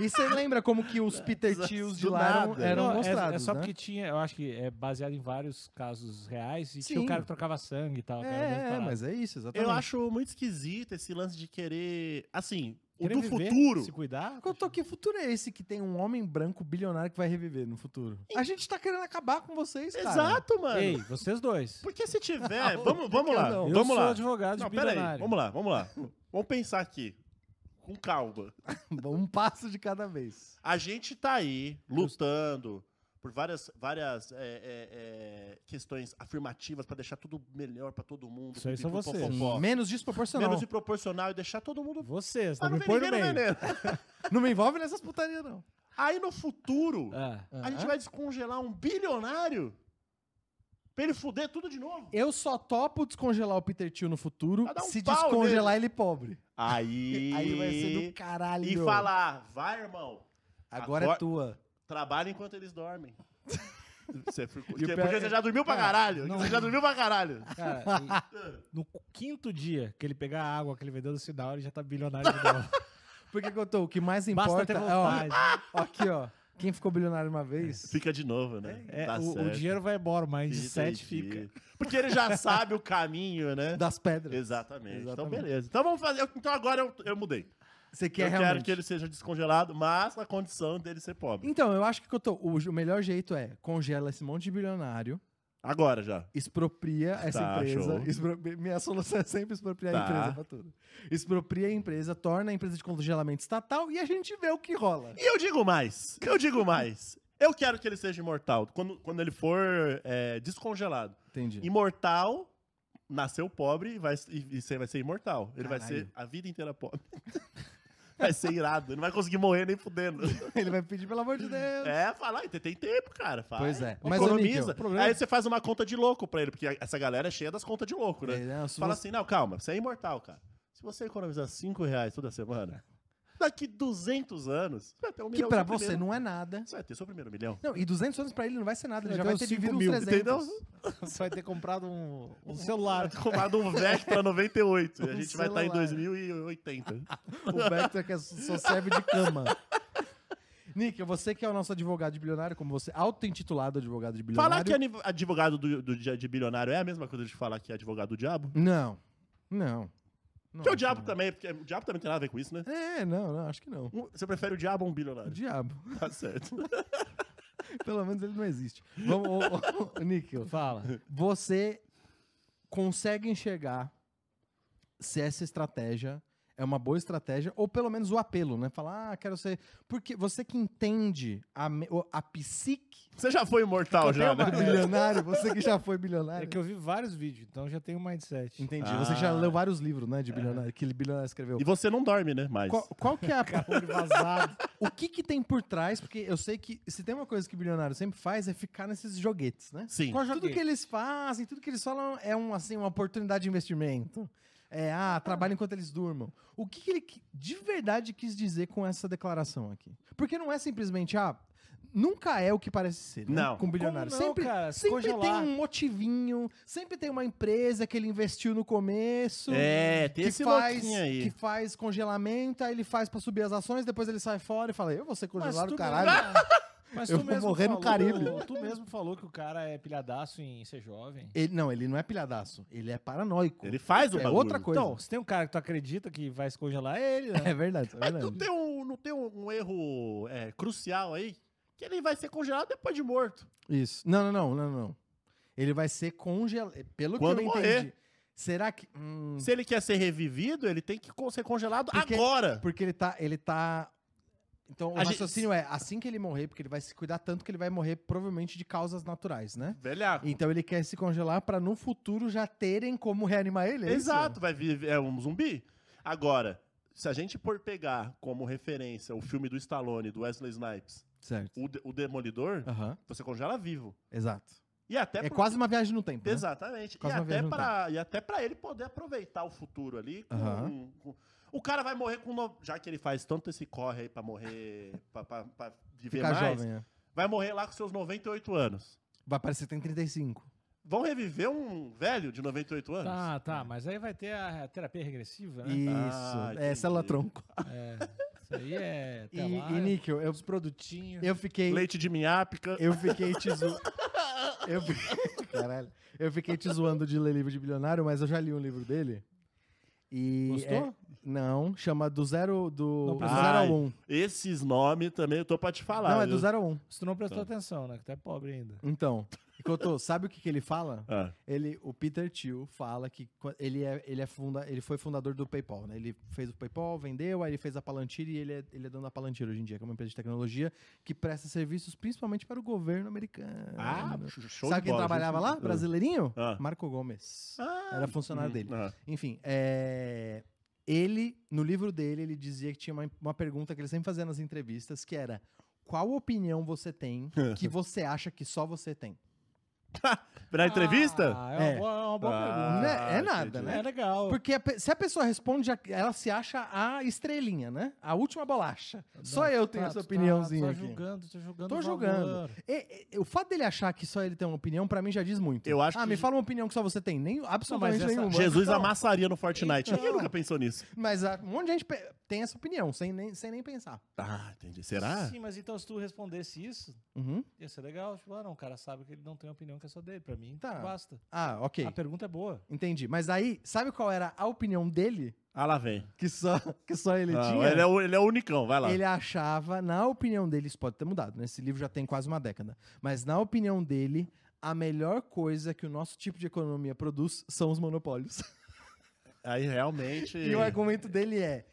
[SPEAKER 1] E você lembra como que os Peter
[SPEAKER 2] Do
[SPEAKER 1] Thiels de lá eram,
[SPEAKER 2] nada.
[SPEAKER 1] eram
[SPEAKER 3] Não, é-
[SPEAKER 1] mostrados,
[SPEAKER 3] é, só
[SPEAKER 1] né?
[SPEAKER 3] porque tinha, eu acho que é baseado em vários casos reais e tinha
[SPEAKER 1] Sim.
[SPEAKER 3] o cara que trocava sangue e tal.
[SPEAKER 1] É,
[SPEAKER 3] cara, essas
[SPEAKER 1] é,
[SPEAKER 3] paradas.
[SPEAKER 1] mas é isso, exatamente.
[SPEAKER 2] Eu acho muito esquisito esse lance de querer. Assim, o
[SPEAKER 3] Querer
[SPEAKER 2] do
[SPEAKER 3] viver,
[SPEAKER 2] futuro.
[SPEAKER 3] Se cuidar?
[SPEAKER 1] Eu tô que futuro é esse que tem um homem branco bilionário que vai reviver no futuro? A gente tá querendo acabar com vocês, cara.
[SPEAKER 2] Exato, mano.
[SPEAKER 3] Ei, vocês dois.
[SPEAKER 2] Porque se
[SPEAKER 3] Ah,
[SPEAKER 2] tiver. vamos vamos
[SPEAKER 1] que
[SPEAKER 2] lá.
[SPEAKER 1] eu não?
[SPEAKER 3] Eu
[SPEAKER 2] Vamos
[SPEAKER 3] sou
[SPEAKER 2] lá.
[SPEAKER 3] advogado de
[SPEAKER 2] Não, peraí.
[SPEAKER 3] bilionário.
[SPEAKER 2] Vamos lá, vamos lá. Vamos pensar aqui. Com calma.
[SPEAKER 1] Um passo de cada vez.
[SPEAKER 2] A gente tá aí lutando por várias, várias é, é, é, questões afirmativas pra deixar tudo melhor pra todo mundo.
[SPEAKER 3] Isso aí são
[SPEAKER 2] pipipopopó.
[SPEAKER 3] vocês.
[SPEAKER 1] Menos desproporcional.
[SPEAKER 2] Menos desproporcional e deixar todo mundo.
[SPEAKER 3] Vocês,
[SPEAKER 2] Ah,
[SPEAKER 3] tá
[SPEAKER 2] não
[SPEAKER 3] me
[SPEAKER 2] tem
[SPEAKER 3] põe no
[SPEAKER 2] ninguém no
[SPEAKER 3] meio.
[SPEAKER 2] veneno.
[SPEAKER 1] Não me envolve nessas putarias, não.
[SPEAKER 2] Aí no futuro,
[SPEAKER 3] Ah,
[SPEAKER 2] a gente vai descongelar um bilionário pra ele fuder tudo de novo.
[SPEAKER 1] Eu só topo descongelar o Peter Thiel no futuro
[SPEAKER 2] Vai dar um
[SPEAKER 1] se
[SPEAKER 2] pau
[SPEAKER 1] descongelar ele pobre.
[SPEAKER 2] Aí.
[SPEAKER 1] Aí vai ser do caralho.
[SPEAKER 2] E falar, vai, irmão,
[SPEAKER 1] Agora é
[SPEAKER 2] Agora-
[SPEAKER 1] tua.
[SPEAKER 2] trabalha enquanto eles dormem. Você ficou-
[SPEAKER 1] E o
[SPEAKER 2] porque,
[SPEAKER 1] pior
[SPEAKER 2] porque
[SPEAKER 1] é-
[SPEAKER 2] você já dormiu pra
[SPEAKER 3] Ah,
[SPEAKER 2] caralho.
[SPEAKER 3] não.
[SPEAKER 2] Você já dormiu pra caralho.
[SPEAKER 3] cara, e no quinto dia que ele pegar a água que ele vendeu do sinal, ele já tá bilionário de novo.
[SPEAKER 1] Porque que eu tô, o que mais
[SPEAKER 3] Basta
[SPEAKER 1] importa
[SPEAKER 3] ter
[SPEAKER 1] é
[SPEAKER 3] vontade.
[SPEAKER 1] ó, ó, aqui, ó. Quem ficou bilionário uma vez?
[SPEAKER 2] Fica de novo, né?
[SPEAKER 3] É,
[SPEAKER 2] Tá
[SPEAKER 3] o, o
[SPEAKER 2] certo.
[SPEAKER 3] dinheiro vai embora, mas de
[SPEAKER 2] Fica
[SPEAKER 3] sete
[SPEAKER 2] aí,
[SPEAKER 3] fica.
[SPEAKER 2] Porque ele já sabe o caminho, né?
[SPEAKER 1] Das pedras.
[SPEAKER 2] Exatamente. Então,
[SPEAKER 1] Exatamente.
[SPEAKER 2] beleza. Então vamos fazer. Então agora eu, eu mudei.
[SPEAKER 1] Você quer
[SPEAKER 2] eu
[SPEAKER 1] realmente.
[SPEAKER 2] quero que é ele seja descongelado, mas na condição dele ser pobre.
[SPEAKER 1] Então, eu acho que eu tô- o, o melhor jeito é congela esse monte de bilionário.
[SPEAKER 2] Agora já.
[SPEAKER 1] Expropria essa
[SPEAKER 2] Tá,
[SPEAKER 1] empresa.
[SPEAKER 2] show.
[SPEAKER 1] expropri- Minha solução é sempre expropriar
[SPEAKER 2] Tá.
[SPEAKER 1] a empresa pra tudo. Expropria a empresa, torna a empresa de congelamento estatal e a gente vê o que rola.
[SPEAKER 2] E eu digo mais. Eu digo mais. Eu quero que ele seja imortal. Quando, quando ele for é, descongelado.
[SPEAKER 1] Entendi.
[SPEAKER 2] Imortal, nasceu pobre e, vai, e, e você vai ser imortal. Ele vai
[SPEAKER 1] Caralho.
[SPEAKER 2] ser a vida inteira pobre. vai ser irado. Ele não vai conseguir morrer nem fudendo.
[SPEAKER 1] Ele vai pedir, pelo amor de Deus.
[SPEAKER 2] É, fala, aí, tem- tem tempo, cara. Faz.
[SPEAKER 1] Pois é. Mas, ô, Níquel,
[SPEAKER 2] Economiza.
[SPEAKER 1] o problema-
[SPEAKER 2] aí você faz uma conta de louco pra ele, porque a- essa galera é cheia das contas de louco, né?
[SPEAKER 1] É, não, se
[SPEAKER 2] Fala
[SPEAKER 1] você-
[SPEAKER 2] assim, não, calma, você é imortal, cara. Se você economizar 5 reais toda semana, daqui 200 anos, você vai ter um
[SPEAKER 1] que
[SPEAKER 2] milhão.
[SPEAKER 1] pra
[SPEAKER 2] de
[SPEAKER 1] você
[SPEAKER 2] primeiro-
[SPEAKER 1] não é nada.
[SPEAKER 2] Você vai ter seu primeiro milhão.
[SPEAKER 1] Não, e 200 anos pra ele não vai ser nada. Ele
[SPEAKER 4] Vai
[SPEAKER 1] já
[SPEAKER 4] ter
[SPEAKER 1] vai
[SPEAKER 4] uns
[SPEAKER 1] ter
[SPEAKER 4] 5
[SPEAKER 1] vivido um uns
[SPEAKER 4] mil,
[SPEAKER 1] 300.
[SPEAKER 4] Você vai ter comprado um, um celular.
[SPEAKER 2] Comado um Vectra 98. e a
[SPEAKER 1] Um
[SPEAKER 2] gente vai estar em
[SPEAKER 1] celular.
[SPEAKER 2] 2080.
[SPEAKER 1] O Vector que é- só serve de cama. Nick, você que é o nosso advogado de bilionário, como você, auto-intitulado advogado de bilionário.
[SPEAKER 2] Falar que aniv- advogado do, do dia de bilionário é a mesma coisa de falar que é advogado do diabo?
[SPEAKER 1] Não. Não. Não
[SPEAKER 2] Porque é o
[SPEAKER 1] acho
[SPEAKER 2] diabo
[SPEAKER 1] não.
[SPEAKER 2] também, porque o diabo também tem nada a ver com isso, né?
[SPEAKER 1] É, não, não, acho que não.
[SPEAKER 2] Um- Você prefere o diabo ou um
[SPEAKER 1] O
[SPEAKER 2] bilionário?
[SPEAKER 1] diabo.
[SPEAKER 2] Tá certo.
[SPEAKER 1] Pelo menos ele não existe. Vamos, ô, ô, ô, Nick,
[SPEAKER 3] Fala.
[SPEAKER 1] você consegue enxergar se essa estratégia é uma boa estratégia, ou pelo menos o apelo, né? Falar, ah, quero ser. Porque você que entende a, me- o- a psique
[SPEAKER 2] Você já foi imortal,
[SPEAKER 1] Você é
[SPEAKER 2] já, né?
[SPEAKER 1] uma- bilionário, você que já foi bilionário.
[SPEAKER 3] É que eu vi vários vídeos, então já tenho um mindset.
[SPEAKER 1] Entendi.
[SPEAKER 2] Ah.
[SPEAKER 1] Você que já leu vários livros, né, de bilionário, que ele bilionário escreveu.
[SPEAKER 2] E você não dorme, né? Mas.
[SPEAKER 1] Qual, qual que é a...
[SPEAKER 3] Olho vazado.
[SPEAKER 1] o que que tem por trás? Porque eu sei que se tem uma coisa que bilionário sempre faz é ficar nesses joguetes, né?
[SPEAKER 2] Sim.
[SPEAKER 3] Qual
[SPEAKER 1] Tudo
[SPEAKER 3] joguete?
[SPEAKER 1] que eles fazem, tudo que eles falam é um, assim, uma oportunidade de investimento. É, ah, trabalha enquanto eles durmam. O que, que ele qui- de verdade quis dizer com essa declaração aqui? Porque não é simplesmente, ah, nunca é o que parece ser, né?
[SPEAKER 2] Não.
[SPEAKER 1] Com bilionário.
[SPEAKER 3] Como não,
[SPEAKER 1] sempre
[SPEAKER 3] cara? Se
[SPEAKER 1] sempre tem
[SPEAKER 3] congelar.
[SPEAKER 1] um motivinho, sempre tem uma empresa que ele investiu no começo.
[SPEAKER 2] É, tem
[SPEAKER 1] que
[SPEAKER 2] esse
[SPEAKER 1] faz,
[SPEAKER 2] louquinho aí.
[SPEAKER 1] que faz congelamento, aí ele faz pra subir as ações, depois ele sai fora e fala, eu vou ser congelado,
[SPEAKER 3] tu
[SPEAKER 1] caralho.
[SPEAKER 3] Mas
[SPEAKER 1] Eu vou morrer no Caribe.
[SPEAKER 3] Tu mesmo falou que o cara é pilhadaço em ser jovem.
[SPEAKER 1] Ele, não, ele não é pilhadaço, ele é paranoico.
[SPEAKER 2] Ele faz o
[SPEAKER 1] é
[SPEAKER 2] bagulho.
[SPEAKER 1] outra coisa.
[SPEAKER 3] Então, se tem um cara que tu acredita que vai se congelar, é ele, né?
[SPEAKER 1] É verdade, é
[SPEAKER 2] Mas não
[SPEAKER 1] verdade.
[SPEAKER 2] tem um, não tem um, um erro é, crucial aí? Que ele vai ser congelado depois de morto.
[SPEAKER 1] Isso. Não, não, não, não, não. Ele vai ser congelado. É, Pelo
[SPEAKER 2] Quando
[SPEAKER 1] que eu
[SPEAKER 2] morrer.
[SPEAKER 1] entendi. Será que. hum,
[SPEAKER 2] Se ele quer ser revivido, ele tem que con- ser congelado
[SPEAKER 1] Porque-
[SPEAKER 2] agora.
[SPEAKER 1] porque ele tá. Ele tá. Então, o
[SPEAKER 2] A gente-
[SPEAKER 1] raciocínio é, assim que ele morrer, porque ele vai se cuidar tanto que ele vai morrer provavelmente de causas naturais, né?
[SPEAKER 2] Velhaco.
[SPEAKER 1] Então ele quer se congelar pra no futuro já terem como reanimar ele. é isso?
[SPEAKER 2] Exato, vai viver é um zumbi. Agora, se a gente por pegar como referência o filme do Stallone, do Wesley Snipes,
[SPEAKER 1] Certo.
[SPEAKER 2] o, De- o Demolidor,
[SPEAKER 1] Aham.
[SPEAKER 2] você congela vivo.
[SPEAKER 1] Exato.
[SPEAKER 2] E até
[SPEAKER 1] É
[SPEAKER 2] por-
[SPEAKER 1] quase uma viagem no tempo. né?
[SPEAKER 2] Exatamente. E
[SPEAKER 1] Quase uma
[SPEAKER 2] até,
[SPEAKER 1] viagem no
[SPEAKER 2] pra, e até pra ele poder aproveitar o futuro ali. com- um,
[SPEAKER 1] Aham.
[SPEAKER 2] com- o cara vai morrer com. no- Já que ele faz tanto esse corre aí pra morrer. pra, pra, pra viver
[SPEAKER 1] Ficar
[SPEAKER 2] mais.
[SPEAKER 1] jovem, é.
[SPEAKER 2] Vai morrer lá com seus 98 anos.
[SPEAKER 1] Vai parecer que tem 35.
[SPEAKER 2] Vão reviver um velho de 98 anos?
[SPEAKER 3] Tá, tá, mas aí vai ter a terapia regressiva, né?
[SPEAKER 1] Isso.
[SPEAKER 2] Ah,
[SPEAKER 1] é
[SPEAKER 2] entendi.
[SPEAKER 1] célula tronco.
[SPEAKER 3] É, isso aí é.
[SPEAKER 1] E,
[SPEAKER 3] até lá,
[SPEAKER 1] e Níquel, eu,
[SPEAKER 3] os produtinhos.
[SPEAKER 1] eu fiquei.
[SPEAKER 2] Leite de minhápica.
[SPEAKER 1] Eu fiquei te zoando. Eu... fi- Caralho. Eu fiquei te zoando de ler livro de bilionário, mas eu já li um livro dele. E
[SPEAKER 3] Gostou?
[SPEAKER 1] é- Não, chama do zero do,
[SPEAKER 3] Não
[SPEAKER 1] do
[SPEAKER 3] precisa.
[SPEAKER 1] zero
[SPEAKER 2] Ai,
[SPEAKER 1] ao um.
[SPEAKER 2] Esses nomes também eu tô pra te falar.
[SPEAKER 1] não, é
[SPEAKER 2] viu?
[SPEAKER 1] do zero ao um.
[SPEAKER 3] Se tu não prestou atenção, né? Que tu é pobre ainda.
[SPEAKER 1] Então, Cotô, sabe o que, que ele fala?
[SPEAKER 2] Ah,
[SPEAKER 1] Ele, o Peter Thiel fala que qua- ele é, ele é funda, ele foi fundador do PayPal, né? Ele fez o PayPal, vendeu, aí ele fez a Palantir e ele é, ele é dono da Palantir hoje em dia, que é uma empresa de tecnologia que presta serviços principalmente para o governo americano.
[SPEAKER 2] Ah, show
[SPEAKER 1] Sabe
[SPEAKER 2] de
[SPEAKER 1] quem
[SPEAKER 2] bola,
[SPEAKER 1] trabalhava
[SPEAKER 2] gente.
[SPEAKER 1] lá? Brasileirinho?
[SPEAKER 2] Ah.
[SPEAKER 1] Marco Gomes.
[SPEAKER 2] Ah,
[SPEAKER 1] Era
[SPEAKER 3] hum.
[SPEAKER 1] funcionário
[SPEAKER 2] uhum,
[SPEAKER 1] dele.
[SPEAKER 2] ah.
[SPEAKER 1] Enfim, é, ele, no livro dele, ele dizia que tinha uma, uma pergunta que ele sempre fazia nas entrevistas, que era qual opinião você tem que você acha que só você tem?
[SPEAKER 2] Na entrevista?
[SPEAKER 3] Ah, é uma
[SPEAKER 1] É.
[SPEAKER 3] boa, é uma boa
[SPEAKER 2] Ah,
[SPEAKER 1] Não é- é nada,
[SPEAKER 2] entendi.
[SPEAKER 1] né?
[SPEAKER 3] pergunta. É legal.
[SPEAKER 1] Porque a pe- se a pessoa responde, já- ela se acha a estrelinha, né? A última bolacha. Só eu tenho
[SPEAKER 3] Tá,
[SPEAKER 1] essa
[SPEAKER 3] tu tá-
[SPEAKER 1] opiniãozinha
[SPEAKER 3] Tá,
[SPEAKER 1] aqui.
[SPEAKER 3] julgando, tô julgando.
[SPEAKER 1] Tô
[SPEAKER 3] o
[SPEAKER 1] julgando.
[SPEAKER 3] valor.
[SPEAKER 1] E- e- o fato dele achar que só ele tem uma opinião, pra mim já diz muito.
[SPEAKER 2] Eu acho
[SPEAKER 1] ah,
[SPEAKER 2] que-
[SPEAKER 1] me fala uma opinião que só você tem. Nem, absolutamente
[SPEAKER 3] essa-
[SPEAKER 1] nenhuma.
[SPEAKER 2] Jesus
[SPEAKER 1] Então,
[SPEAKER 2] amassaria no Fortnite.
[SPEAKER 1] Então.
[SPEAKER 2] Ninguém nunca pensou nisso.
[SPEAKER 1] Mas ah, um monte de gente pe- tem essa opinião, sem nem, sem nem pensar.
[SPEAKER 2] Ah, entendi. Será?
[SPEAKER 3] Sim, mas então se tu respondesse isso,
[SPEAKER 1] Uhum.
[SPEAKER 3] ia ser legal. Tipo, ah, não, o cara sabe que ele não tem opinião que é só dele. Pra mim,
[SPEAKER 1] Tá.
[SPEAKER 3] basta.
[SPEAKER 1] Ah, ok.
[SPEAKER 3] A pergunta é boa.
[SPEAKER 1] Entendi. Mas aí, sabe qual era a opinião dele?
[SPEAKER 2] Ah, lá vem.
[SPEAKER 1] Que só, que só ele
[SPEAKER 2] Ah,
[SPEAKER 1] tinha?
[SPEAKER 2] ele, é o, ele é o unicão, vai lá.
[SPEAKER 1] Ele achava, na opinião dele, isso pode ter mudado, né? Esse livro já tem quase uma década. Mas na opinião dele, a melhor coisa que o nosso tipo de economia produz são os monopólios.
[SPEAKER 2] Aí realmente.
[SPEAKER 1] é- E o argumento dele é: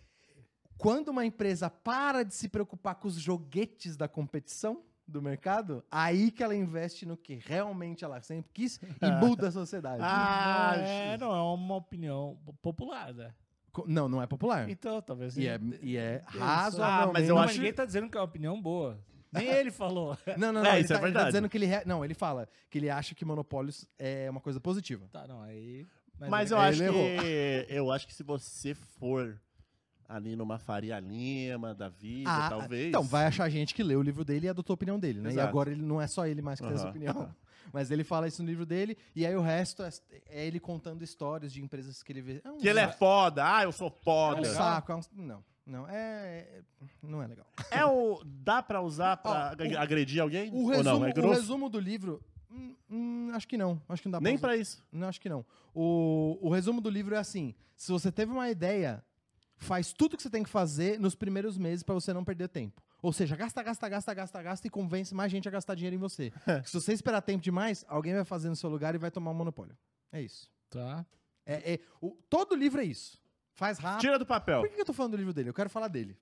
[SPEAKER 1] quando uma empresa para de se preocupar com os joguetes da competição do mercado, aí que ela investe no que realmente ela sempre quis e muda a sociedade.
[SPEAKER 2] Ah,
[SPEAKER 3] é, não, é uma opinião popular, né?
[SPEAKER 1] Co- Não, não é popular.
[SPEAKER 3] Então, talvez.
[SPEAKER 1] E é, e é
[SPEAKER 2] Ah,
[SPEAKER 1] razoavelmente.
[SPEAKER 2] mas eu
[SPEAKER 3] não,
[SPEAKER 2] acho-
[SPEAKER 3] mas ninguém tá dizendo que é uma opinião boa. Nem ele falou.
[SPEAKER 1] Não, não, não.
[SPEAKER 2] É,
[SPEAKER 1] ele,
[SPEAKER 2] isso é
[SPEAKER 1] tá, ele tá
[SPEAKER 2] verdade.
[SPEAKER 1] dizendo que ele. re- Não, ele fala que ele acha que monopólios é uma coisa positiva.
[SPEAKER 3] tá, não, aí.
[SPEAKER 2] Mas eu
[SPEAKER 1] é- Ele
[SPEAKER 2] acho
[SPEAKER 1] errou.
[SPEAKER 2] que. Eu acho que se você for ali numa Faria Lima da vida,
[SPEAKER 1] Ah,
[SPEAKER 2] talvez.
[SPEAKER 1] Então, vai achar gente que leu o livro dele e adotou a opinião dele, né? E
[SPEAKER 2] Exato.
[SPEAKER 1] agora ele não é só ele mais que tem essa
[SPEAKER 2] Aham,
[SPEAKER 1] opinião.
[SPEAKER 2] aham.
[SPEAKER 1] Mas ele fala isso no livro dele, e aí o resto é, é ele contando histórias de empresas que ele vê. um
[SPEAKER 2] Que ele é foda. Ah, eu sou
[SPEAKER 1] É um
[SPEAKER 2] foda.
[SPEAKER 1] saco, é um- Não, não, é. Não é legal.
[SPEAKER 2] É o. Dá pra usar pra
[SPEAKER 1] Ó, o-
[SPEAKER 2] agredir alguém?
[SPEAKER 1] O
[SPEAKER 2] Ou
[SPEAKER 1] resumo,
[SPEAKER 2] não? É
[SPEAKER 1] o
[SPEAKER 2] grosso?
[SPEAKER 1] resumo do livro. hum, hum, acho que não. Acho que não dá
[SPEAKER 2] Nem
[SPEAKER 1] usar.
[SPEAKER 2] pra isso.
[SPEAKER 1] Não, acho que não. O, o resumo do livro é assim: se você teve uma ideia, faz tudo que você tem que fazer nos primeiros meses pra você não perder tempo. Ou seja, gasta, gasta, gasta, gasta, gasta e convence mais gente a gastar dinheiro em você. Porque se você esperar tempo demais, alguém vai fazer no seu lugar e vai tomar o monopólio. É isso.
[SPEAKER 3] Tá.
[SPEAKER 1] É, é- o- todo livro é isso. Faz rápido.
[SPEAKER 2] Tira do papel.
[SPEAKER 1] Por que que eu tô falando do livro dele? Eu quero falar dele.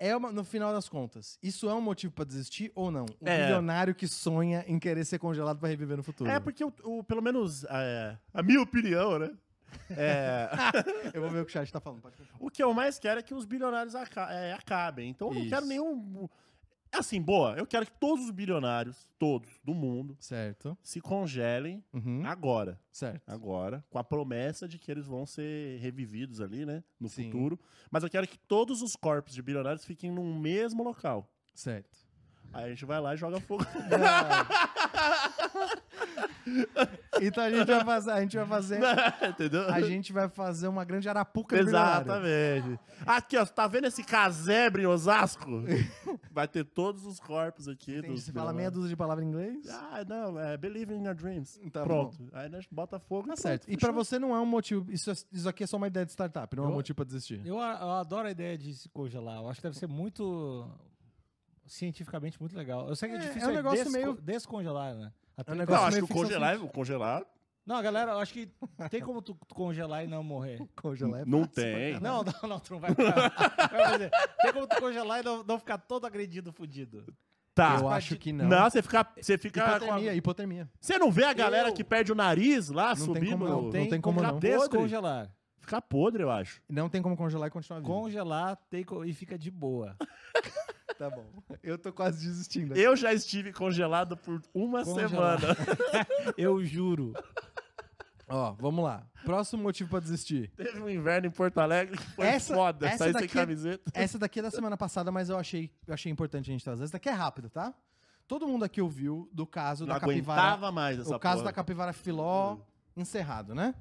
[SPEAKER 1] É uma- no final das contas, isso é um motivo pra desistir ou não? Um
[SPEAKER 2] É.
[SPEAKER 1] milionário que sonha em querer ser congelado pra reviver no futuro.
[SPEAKER 2] É, porque o, o- pelo menos é, a minha opinião, né? É,
[SPEAKER 1] Eu vou ver o que o chat tá falando. Pode continuar.
[SPEAKER 2] o que eu mais quero é que os bilionários aca- é, acabem. Então eu não
[SPEAKER 1] Isso.
[SPEAKER 2] quero nenhum. Assim, boa, eu quero que todos os bilionários, todos do mundo,
[SPEAKER 1] Certo.
[SPEAKER 2] se congelem
[SPEAKER 1] Uhum.
[SPEAKER 2] agora.
[SPEAKER 1] Certo.
[SPEAKER 2] Agora, com a promessa de que eles vão ser revividos ali, né? No
[SPEAKER 1] Sim.
[SPEAKER 2] futuro. Mas eu quero que todos os corpos de bilionários fiquem num mesmo local.
[SPEAKER 1] Certo.
[SPEAKER 2] Aí a gente vai lá e joga fogo.
[SPEAKER 1] Então a gente vai fazer. A gente vai fazer,
[SPEAKER 2] Entendeu?
[SPEAKER 1] né? a gente vai fazer uma grande arapuca do milionário.
[SPEAKER 2] Exatamente. Aqui, ó, tá vendo esse casebre em Osasco? Vai ter todos os corpos aqui.
[SPEAKER 1] Entendi.
[SPEAKER 2] Dos
[SPEAKER 1] Você fala meia
[SPEAKER 2] bilionários.
[SPEAKER 1] dúzia de palavras em inglês?
[SPEAKER 2] Ah, não, é Believe in Your Dreams.
[SPEAKER 1] Tá
[SPEAKER 2] pronto. Aí nós bota fogo
[SPEAKER 1] Tá
[SPEAKER 2] e
[SPEAKER 1] certo.
[SPEAKER 2] pronto,
[SPEAKER 1] E pra
[SPEAKER 2] fechou.
[SPEAKER 1] você não é um motivo. Isso, é- isso aqui é só uma ideia de startup, não é um
[SPEAKER 3] Eu-
[SPEAKER 1] motivo pra desistir.
[SPEAKER 3] Eu, a- eu adoro a ideia de se congelar. Eu acho que deve ser muito. cientificamente muito legal. Eu sei que é,
[SPEAKER 1] É,
[SPEAKER 3] difícil
[SPEAKER 1] é um negócio
[SPEAKER 3] desco-
[SPEAKER 1] meio-
[SPEAKER 3] descongelar, né? Até
[SPEAKER 1] um negócio
[SPEAKER 3] que-
[SPEAKER 2] Não,
[SPEAKER 1] gosto
[SPEAKER 2] acho que
[SPEAKER 1] meio
[SPEAKER 2] o
[SPEAKER 1] ficção
[SPEAKER 2] congelar, o congelar
[SPEAKER 3] Não, galera, eu acho que tem como tu tu congelar e não morrer.
[SPEAKER 1] Congelar é
[SPEAKER 2] não
[SPEAKER 1] fácil pra
[SPEAKER 2] tem.
[SPEAKER 1] caralho.
[SPEAKER 3] Não, não, não, tu não vai ficar. vai fazer. Tem como tu congelar e não, não ficar todo agredido, fudido.
[SPEAKER 2] Tá.
[SPEAKER 1] Eu acho que não.
[SPEAKER 2] Não, você fica. Você fica. com a-
[SPEAKER 1] Hipotermia, hipotermia.
[SPEAKER 2] Você não vê a galera
[SPEAKER 3] Eu-
[SPEAKER 2] que perde o nariz lá
[SPEAKER 1] tem
[SPEAKER 2] subindo?
[SPEAKER 1] como não, tem como
[SPEAKER 2] ficar
[SPEAKER 1] não.
[SPEAKER 2] podre.
[SPEAKER 3] Descongelar.
[SPEAKER 2] Ficar podre, eu acho.
[SPEAKER 1] Não tem como congelar e continuar vivo.
[SPEAKER 3] Congelar tem co- e fica de boa.
[SPEAKER 1] Tá bom. Eu tô quase desistindo.
[SPEAKER 2] Eu já estive congelado por uma
[SPEAKER 3] Congelar.
[SPEAKER 2] semana.
[SPEAKER 3] Eu juro.
[SPEAKER 1] Ó, vamos lá. Próximo motivo pra desistir.
[SPEAKER 2] Teve um inverno em Porto Alegre que foi
[SPEAKER 1] Essa-
[SPEAKER 2] foda.
[SPEAKER 1] essa
[SPEAKER 2] Saí sem
[SPEAKER 1] daqui é-
[SPEAKER 2] camiseta.
[SPEAKER 1] Essa daqui é da semana passada, mas eu achei, eu achei importante a gente trazer. Essa daqui é rápida, tá? Todo mundo aqui ouviu do caso
[SPEAKER 2] Não
[SPEAKER 1] da capivara.
[SPEAKER 2] aguentava mais essa
[SPEAKER 1] O caso
[SPEAKER 2] porra. Uhum.
[SPEAKER 1] da capivara filó encerrado, né?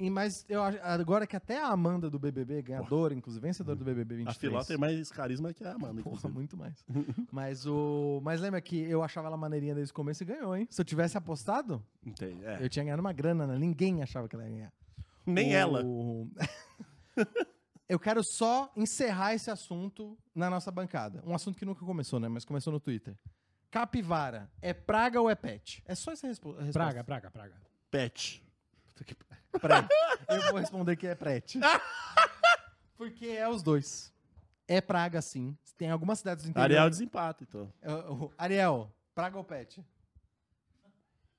[SPEAKER 1] E, mas eu acho agora que até a Amanda do BBB, ganhadora, inclusive, vencedora do BBB 23.
[SPEAKER 2] Uhum. A Filó tem mais carisma que a Amanda,
[SPEAKER 1] Porra,
[SPEAKER 2] inclusive.
[SPEAKER 1] muito mais. mas, o, mas lembra que eu achava ela maneirinha desde o começo e ganhou, hein? Se eu tivesse apostado,
[SPEAKER 2] Não tem, é.
[SPEAKER 1] eu tinha ganhado uma grana, né? Ninguém achava que ela ia ganhar.
[SPEAKER 2] Nem
[SPEAKER 1] O-
[SPEAKER 2] ela.
[SPEAKER 1] Eu quero só encerrar esse assunto na nossa bancada. Um assunto que nunca começou, né? Mas começou no Twitter. Capivara, é praga ou é pet? É só essa respo- resposta.
[SPEAKER 3] Praga, praga, praga.
[SPEAKER 2] Pet.
[SPEAKER 1] Pré. Eu vou responder que é prete. Porque é os dois. É praga, sim. Tem algumas cidades do interior...
[SPEAKER 2] Ariel desempata, então.
[SPEAKER 1] Ah, o- Ariel, praga ou pet?
[SPEAKER 2] Aí, ó.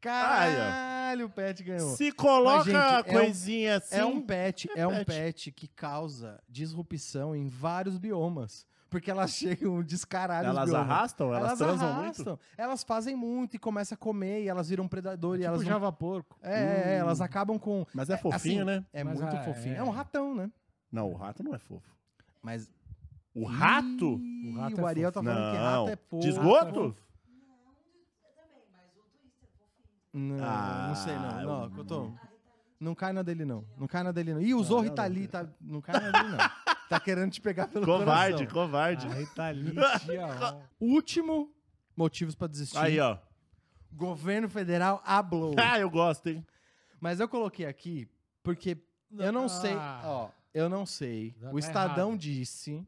[SPEAKER 1] Caralho, o pet ganhou.
[SPEAKER 2] Se coloca
[SPEAKER 1] É, gente, é um-
[SPEAKER 2] coisinha assim.
[SPEAKER 1] É um pet, é, um
[SPEAKER 2] pet.
[SPEAKER 1] pet. que causa disrupção em vários biomas. Porque elas chegam descaradas.
[SPEAKER 2] Elas arrastam? Elas, transam muito?
[SPEAKER 1] Elas fazem muito e começam a comer e elas viram predador e
[SPEAKER 3] tipo
[SPEAKER 1] elas. não-
[SPEAKER 3] Java Porco.
[SPEAKER 1] É, é, é, elas
[SPEAKER 2] Hum.
[SPEAKER 1] acabam com.
[SPEAKER 2] Mas é fofinho,
[SPEAKER 1] assim,
[SPEAKER 2] né?
[SPEAKER 1] É
[SPEAKER 3] Mas,
[SPEAKER 1] muito
[SPEAKER 3] ah,
[SPEAKER 1] fofinho. É.
[SPEAKER 3] é.
[SPEAKER 1] um ratão, né?
[SPEAKER 2] Não, o rato não é fofo.
[SPEAKER 1] Mas.
[SPEAKER 2] O rato?
[SPEAKER 1] Ih,
[SPEAKER 3] O rato
[SPEAKER 1] o
[SPEAKER 3] é
[SPEAKER 1] Ariel tá falando que rato é
[SPEAKER 2] Não.
[SPEAKER 1] pouco.
[SPEAKER 2] De esgoto?
[SPEAKER 1] Não, não
[SPEAKER 2] Ah,
[SPEAKER 1] sei, não.
[SPEAKER 2] eu-
[SPEAKER 1] Não, Couto, não cai na dele, não. Não cai na dele, não. Ih, usou
[SPEAKER 2] Caralho.
[SPEAKER 1] Ritali, tá. Não cai na dele, não. Tá querendo te pegar pelo
[SPEAKER 2] Covarde,
[SPEAKER 1] coração.
[SPEAKER 2] covarde.
[SPEAKER 3] A
[SPEAKER 1] tá
[SPEAKER 3] Ritalite, ó.
[SPEAKER 1] Último motivos pra desistir.
[SPEAKER 2] Aí, ó.
[SPEAKER 1] Governo federal ablou.
[SPEAKER 2] Ah, eu gosto, hein?
[SPEAKER 1] Mas eu coloquei aqui porque eu não sei, ó, eu não sei.
[SPEAKER 3] Ah. Já
[SPEAKER 1] o
[SPEAKER 3] tá
[SPEAKER 1] Estadão
[SPEAKER 3] errado.
[SPEAKER 1] disse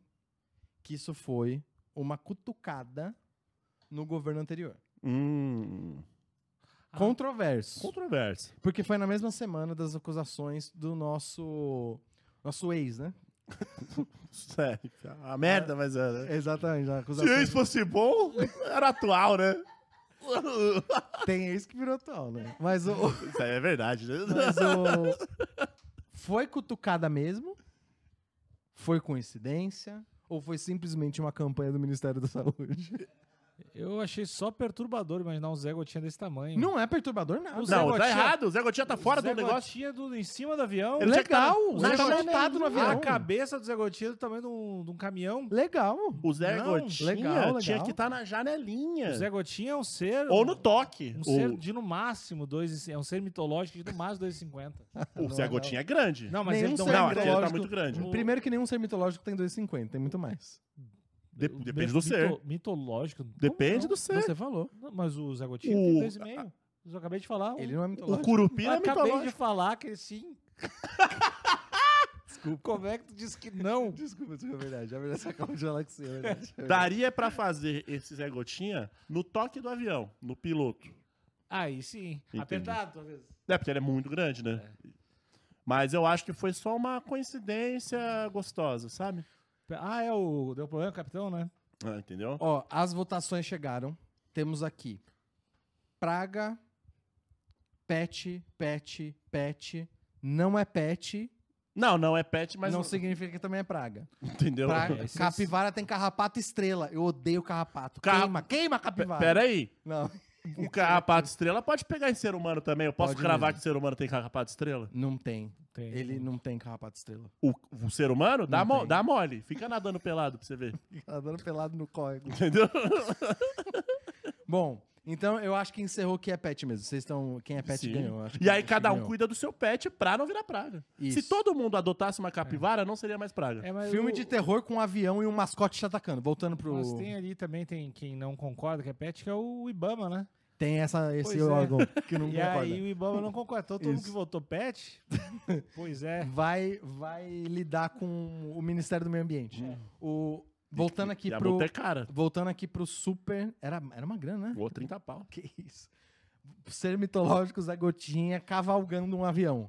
[SPEAKER 1] que isso foi uma cutucada no governo anterior.
[SPEAKER 2] Hum.
[SPEAKER 3] Ah.
[SPEAKER 1] Controverso.
[SPEAKER 2] Controverso.
[SPEAKER 1] Porque foi na mesma semana das acusações do nosso. Nosso ex, né?
[SPEAKER 2] Sério. É, A merda, mas é era.
[SPEAKER 1] Exatamente. a
[SPEAKER 2] Se
[SPEAKER 1] acusação
[SPEAKER 2] ex fosse bom, era atual, né?
[SPEAKER 1] Tem ex que virou tal, né? Mas o.
[SPEAKER 2] Isso aí é verdade, né?
[SPEAKER 1] Mas o. Foi cutucada mesmo? Foi coincidência? Ou foi simplesmente uma campanha do Ministério da Saúde?
[SPEAKER 3] Eu achei só perturbador imaginar um Zé Gotinha desse tamanho.
[SPEAKER 1] Não é perturbador nada.
[SPEAKER 3] O Zé
[SPEAKER 2] Não, tá
[SPEAKER 3] Gotinha-
[SPEAKER 2] errado. O Zé Gotinha tá fora
[SPEAKER 3] Zé
[SPEAKER 2] do negócio.
[SPEAKER 3] Gotinha do, em cima do avião.
[SPEAKER 1] Ele Legal,
[SPEAKER 3] O Zé
[SPEAKER 1] ele tá
[SPEAKER 3] Gotinha-
[SPEAKER 1] montado no
[SPEAKER 3] A
[SPEAKER 1] avião.
[SPEAKER 3] cabeça do Zé Gotinha do tamanho de um, de um caminhão.
[SPEAKER 1] Legal.
[SPEAKER 2] O Zé
[SPEAKER 3] Não,
[SPEAKER 2] Gotinha
[SPEAKER 1] legal, legal.
[SPEAKER 2] tinha que estar na janelinha.
[SPEAKER 3] O Zé Gotinha é um ser...
[SPEAKER 2] Ou no toque.
[SPEAKER 3] Um ser
[SPEAKER 2] o
[SPEAKER 3] de no máximo dois, e- é um ser mitológico de no máximo 2,50.
[SPEAKER 2] o Zé Gotinha é grande.
[SPEAKER 3] Não, mas
[SPEAKER 1] Nenhum
[SPEAKER 3] ele não
[SPEAKER 1] um ser
[SPEAKER 2] Não,
[SPEAKER 3] é
[SPEAKER 2] aquele
[SPEAKER 1] mitológico-
[SPEAKER 2] tá muito grande.
[SPEAKER 3] O-
[SPEAKER 1] Primeiro que nenhum ser mitológico tem 2,50, tem muito mais.
[SPEAKER 2] De-
[SPEAKER 3] O
[SPEAKER 2] depende
[SPEAKER 3] mito-
[SPEAKER 2] do ser.
[SPEAKER 3] Mitológico. Como
[SPEAKER 2] Depende
[SPEAKER 3] não?
[SPEAKER 2] do ser.
[SPEAKER 1] Você falou.
[SPEAKER 3] Não, mas o Zé Gotinha
[SPEAKER 2] O-
[SPEAKER 3] tem dois e meio. Eu acabei de falar.
[SPEAKER 1] Ele não é
[SPEAKER 2] O
[SPEAKER 1] mitológico.
[SPEAKER 2] Curupira é
[SPEAKER 3] acabei
[SPEAKER 2] mitológico.
[SPEAKER 3] de falar que ele sim. Desculpa. Como é que tu disse que não?
[SPEAKER 1] Desculpa, desculpa, é verdade. É verdade, você acabou de falar que sim, é verdade.
[SPEAKER 2] Daria pra fazer esse Zé Gotinha no toque do avião, no piloto.
[SPEAKER 3] Aí sim.
[SPEAKER 2] Entendi.
[SPEAKER 3] Apertado, talvez.
[SPEAKER 2] É, porque ele é muito grande, né?
[SPEAKER 3] É.
[SPEAKER 2] Mas eu acho que foi só uma coincidência gostosa, sabe?
[SPEAKER 3] Ah, é o. Deu problema, capitão, né?
[SPEAKER 2] Ah, entendeu?
[SPEAKER 1] Ó, as votações chegaram. Temos aqui Praga, Pet, Pet, Pet. Não é Pet,
[SPEAKER 2] Não, não é pet, mas.
[SPEAKER 1] não significa que também é Praga.
[SPEAKER 2] Entendeu?
[SPEAKER 1] Pra-
[SPEAKER 2] Pe-
[SPEAKER 3] esses-
[SPEAKER 1] Capivara tem carrapato estrela. Eu odeio carrapato.
[SPEAKER 2] Carra-
[SPEAKER 1] Queima, queima capivara.
[SPEAKER 2] Peraí.
[SPEAKER 1] Não,
[SPEAKER 2] O Um carrapato estrela pode pegar em ser humano também. Eu posso
[SPEAKER 1] Pode
[SPEAKER 2] cravar
[SPEAKER 1] mesmo.
[SPEAKER 2] que ser humano tem carrapato estrela?
[SPEAKER 1] não tem.
[SPEAKER 3] Tem.
[SPEAKER 1] Ele não tem carrapato estrela.
[SPEAKER 2] O, o ser humano? Dá,
[SPEAKER 1] Não
[SPEAKER 2] mo-
[SPEAKER 1] tem.
[SPEAKER 2] dá mole. Fica nadando pelado pra você ver.
[SPEAKER 1] Tá dando pelado no córrego.
[SPEAKER 2] Entendeu?
[SPEAKER 1] Bom, então eu acho que encerrou que é pet mesmo. Vocês estão. Quem é pet
[SPEAKER 2] Sim.
[SPEAKER 1] ganhou. eu acho que
[SPEAKER 2] E aí
[SPEAKER 1] pet
[SPEAKER 2] cada um
[SPEAKER 1] ganhou.
[SPEAKER 2] cuida do seu pet pra não virar praga. Se
[SPEAKER 1] Isso.
[SPEAKER 2] todo mundo adotasse uma capivara, não seria mais praga.
[SPEAKER 3] É, mas
[SPEAKER 1] Filme
[SPEAKER 3] o-
[SPEAKER 1] de terror com um avião e um mascote te atacando. Voltando pro.
[SPEAKER 3] Mas tem ali também, tem quem não concorda que é pet, que é o Ibama, né?
[SPEAKER 1] Tem essa, esse
[SPEAKER 3] Pois é.
[SPEAKER 1] órgão que não
[SPEAKER 3] e
[SPEAKER 1] concorda.
[SPEAKER 3] aí o Ibama não concorda. Então todo mundo
[SPEAKER 1] Isso.
[SPEAKER 3] que votou pet, pois é.
[SPEAKER 1] Vai, vai lidar com o Ministério do Meio Ambiente. O, voltando aqui
[SPEAKER 2] e a
[SPEAKER 1] pro.
[SPEAKER 2] multa é cara.
[SPEAKER 1] Voltando aqui pro super. Era, era uma grana, né?
[SPEAKER 2] Ou 30 pau.
[SPEAKER 1] Que isso. Ser mitológico, Zé Gotinha, cavalgando um avião.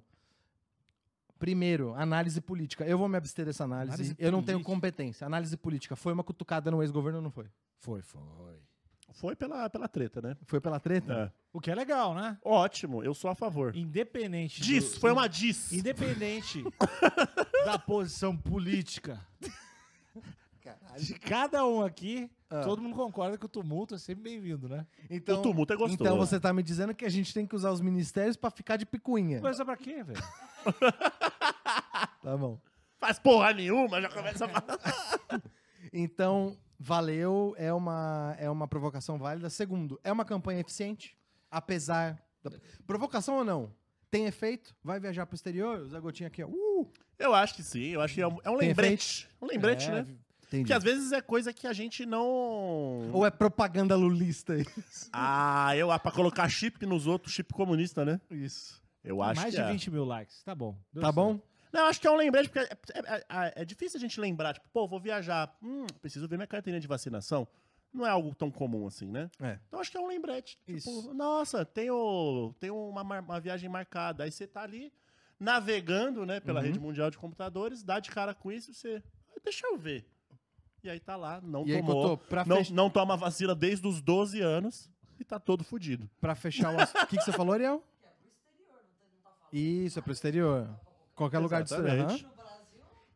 [SPEAKER 1] Primeiro, análise política. Eu vou me abster dessa análise.
[SPEAKER 3] Análise
[SPEAKER 1] eu não tenho
[SPEAKER 3] política.
[SPEAKER 1] competência. Análise política. Foi uma cutucada no ex-governo ou não foi?
[SPEAKER 3] Foi, foi.
[SPEAKER 2] Foi pela, pela treta, né?
[SPEAKER 1] Foi pela treta?
[SPEAKER 2] É.
[SPEAKER 3] O que é legal, né?
[SPEAKER 2] Ótimo, eu sou a favor.
[SPEAKER 3] Independente. do-
[SPEAKER 2] Diz, foi uma diz.
[SPEAKER 3] Independente da posição política de cada um aqui,
[SPEAKER 1] Ah.
[SPEAKER 3] todo mundo concorda que o tumulto é sempre bem-vindo, né?
[SPEAKER 1] Então,
[SPEAKER 2] o tumulto é gostoso.
[SPEAKER 1] então você tá me dizendo que a gente tem que usar os ministérios pra ficar de picuinha.
[SPEAKER 3] Coisa pra quê, velho?
[SPEAKER 1] Tá bom.
[SPEAKER 2] Faz porra nenhuma, já começa a falar.
[SPEAKER 1] Então, valeu, é uma, é uma provocação válida. Segundo, é uma campanha eficiente, apesar da... Provocação ou não? Tem efeito? Vai viajar pro exterior? O Zé Gotinha aqui, ó. Uh!
[SPEAKER 2] Eu acho que sim, eu acho que é um, é um
[SPEAKER 1] Tem
[SPEAKER 2] lembrete. Um lembrete,
[SPEAKER 3] É,
[SPEAKER 2] né?
[SPEAKER 1] Entendi.
[SPEAKER 2] Porque às vezes é coisa que a gente não.
[SPEAKER 1] Ou é propaganda lulista isso?
[SPEAKER 2] Ah, eu ah, pra colocar chip nos outros, chip comunista, né?
[SPEAKER 1] Isso.
[SPEAKER 2] Eu acho
[SPEAKER 3] Mais
[SPEAKER 2] que
[SPEAKER 3] de
[SPEAKER 2] é.
[SPEAKER 3] 20 mil likes. Tá bom. Deu
[SPEAKER 1] Tá
[SPEAKER 3] certo.
[SPEAKER 1] bom?
[SPEAKER 2] Não, eu acho que é um lembrete, porque é, é- é- é difícil a gente lembrar, tipo, pô, vou viajar, hum, preciso ver minha carteirinha de vacinação. Não é algo tão comum assim, né?
[SPEAKER 1] É.
[SPEAKER 2] Então acho que é um lembrete. Tipo,
[SPEAKER 1] Isso.
[SPEAKER 2] nossa, tenho, tenho uma, mar- uma viagem marcada. Aí você tá ali navegando, né, pela
[SPEAKER 1] Uhum.
[SPEAKER 2] rede mundial de computadores, dá de cara com isso, você. "Ah, Deixa eu ver. E aí tá lá, não
[SPEAKER 1] E aí,
[SPEAKER 2] tomou.
[SPEAKER 1] Cotô, pra,
[SPEAKER 2] não,
[SPEAKER 1] fech-
[SPEAKER 2] não toma vacina desde os 12 anos e tá todo fudido.
[SPEAKER 1] pra fechar o assunto. O que, que você falou, Ariel? Isso, é pro exterior. Qualquer lugar do exterior.
[SPEAKER 2] Exatamente.
[SPEAKER 1] aham.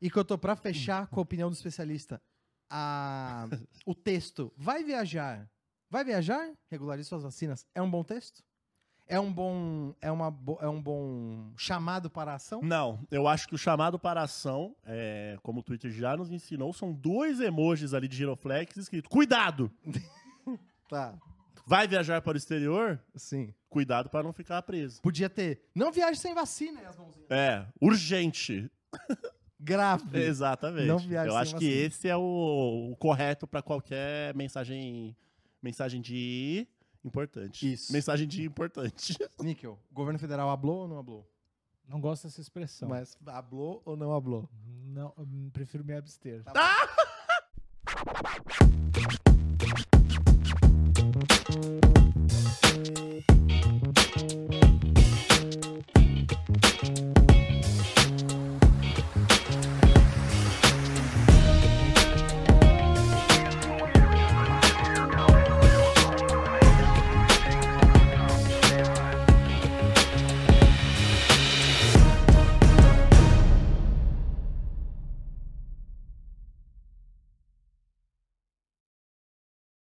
[SPEAKER 1] E que eu tô pra fechar com a opinião do especialista. A... O texto vai viajar. Vai viajar? Regularize suas vacinas. É um bom texto? É um bom. É, uma bo- é um bom chamado para a ação?
[SPEAKER 2] Não, eu acho que o chamado para ação, é, como o Twitter já nos ensinou, são dois emojis ali de giroflex escrito: Cuidado!
[SPEAKER 1] Tá,
[SPEAKER 2] Vai viajar para o exterior?
[SPEAKER 1] sim.
[SPEAKER 2] Cuidado para não ficar preso.
[SPEAKER 1] Podia ter. Não viaje sem vacina, e as mãozinhas.
[SPEAKER 2] É, urgente.
[SPEAKER 1] Grave.
[SPEAKER 2] Exatamente.
[SPEAKER 1] Não viaje
[SPEAKER 2] eu
[SPEAKER 1] sem
[SPEAKER 2] acho que
[SPEAKER 1] vacina.
[SPEAKER 2] esse é o, o correto para qualquer mensagem mensagem de importante.
[SPEAKER 1] Isso.
[SPEAKER 2] Mensagem de importante.
[SPEAKER 1] Níquel, o governo federal ablou ou não Então. ablou?
[SPEAKER 3] Não gosto dessa expressão.
[SPEAKER 1] Mas ablou ou não ablou?
[SPEAKER 3] Não, hum, prefiro me abster.
[SPEAKER 1] Tá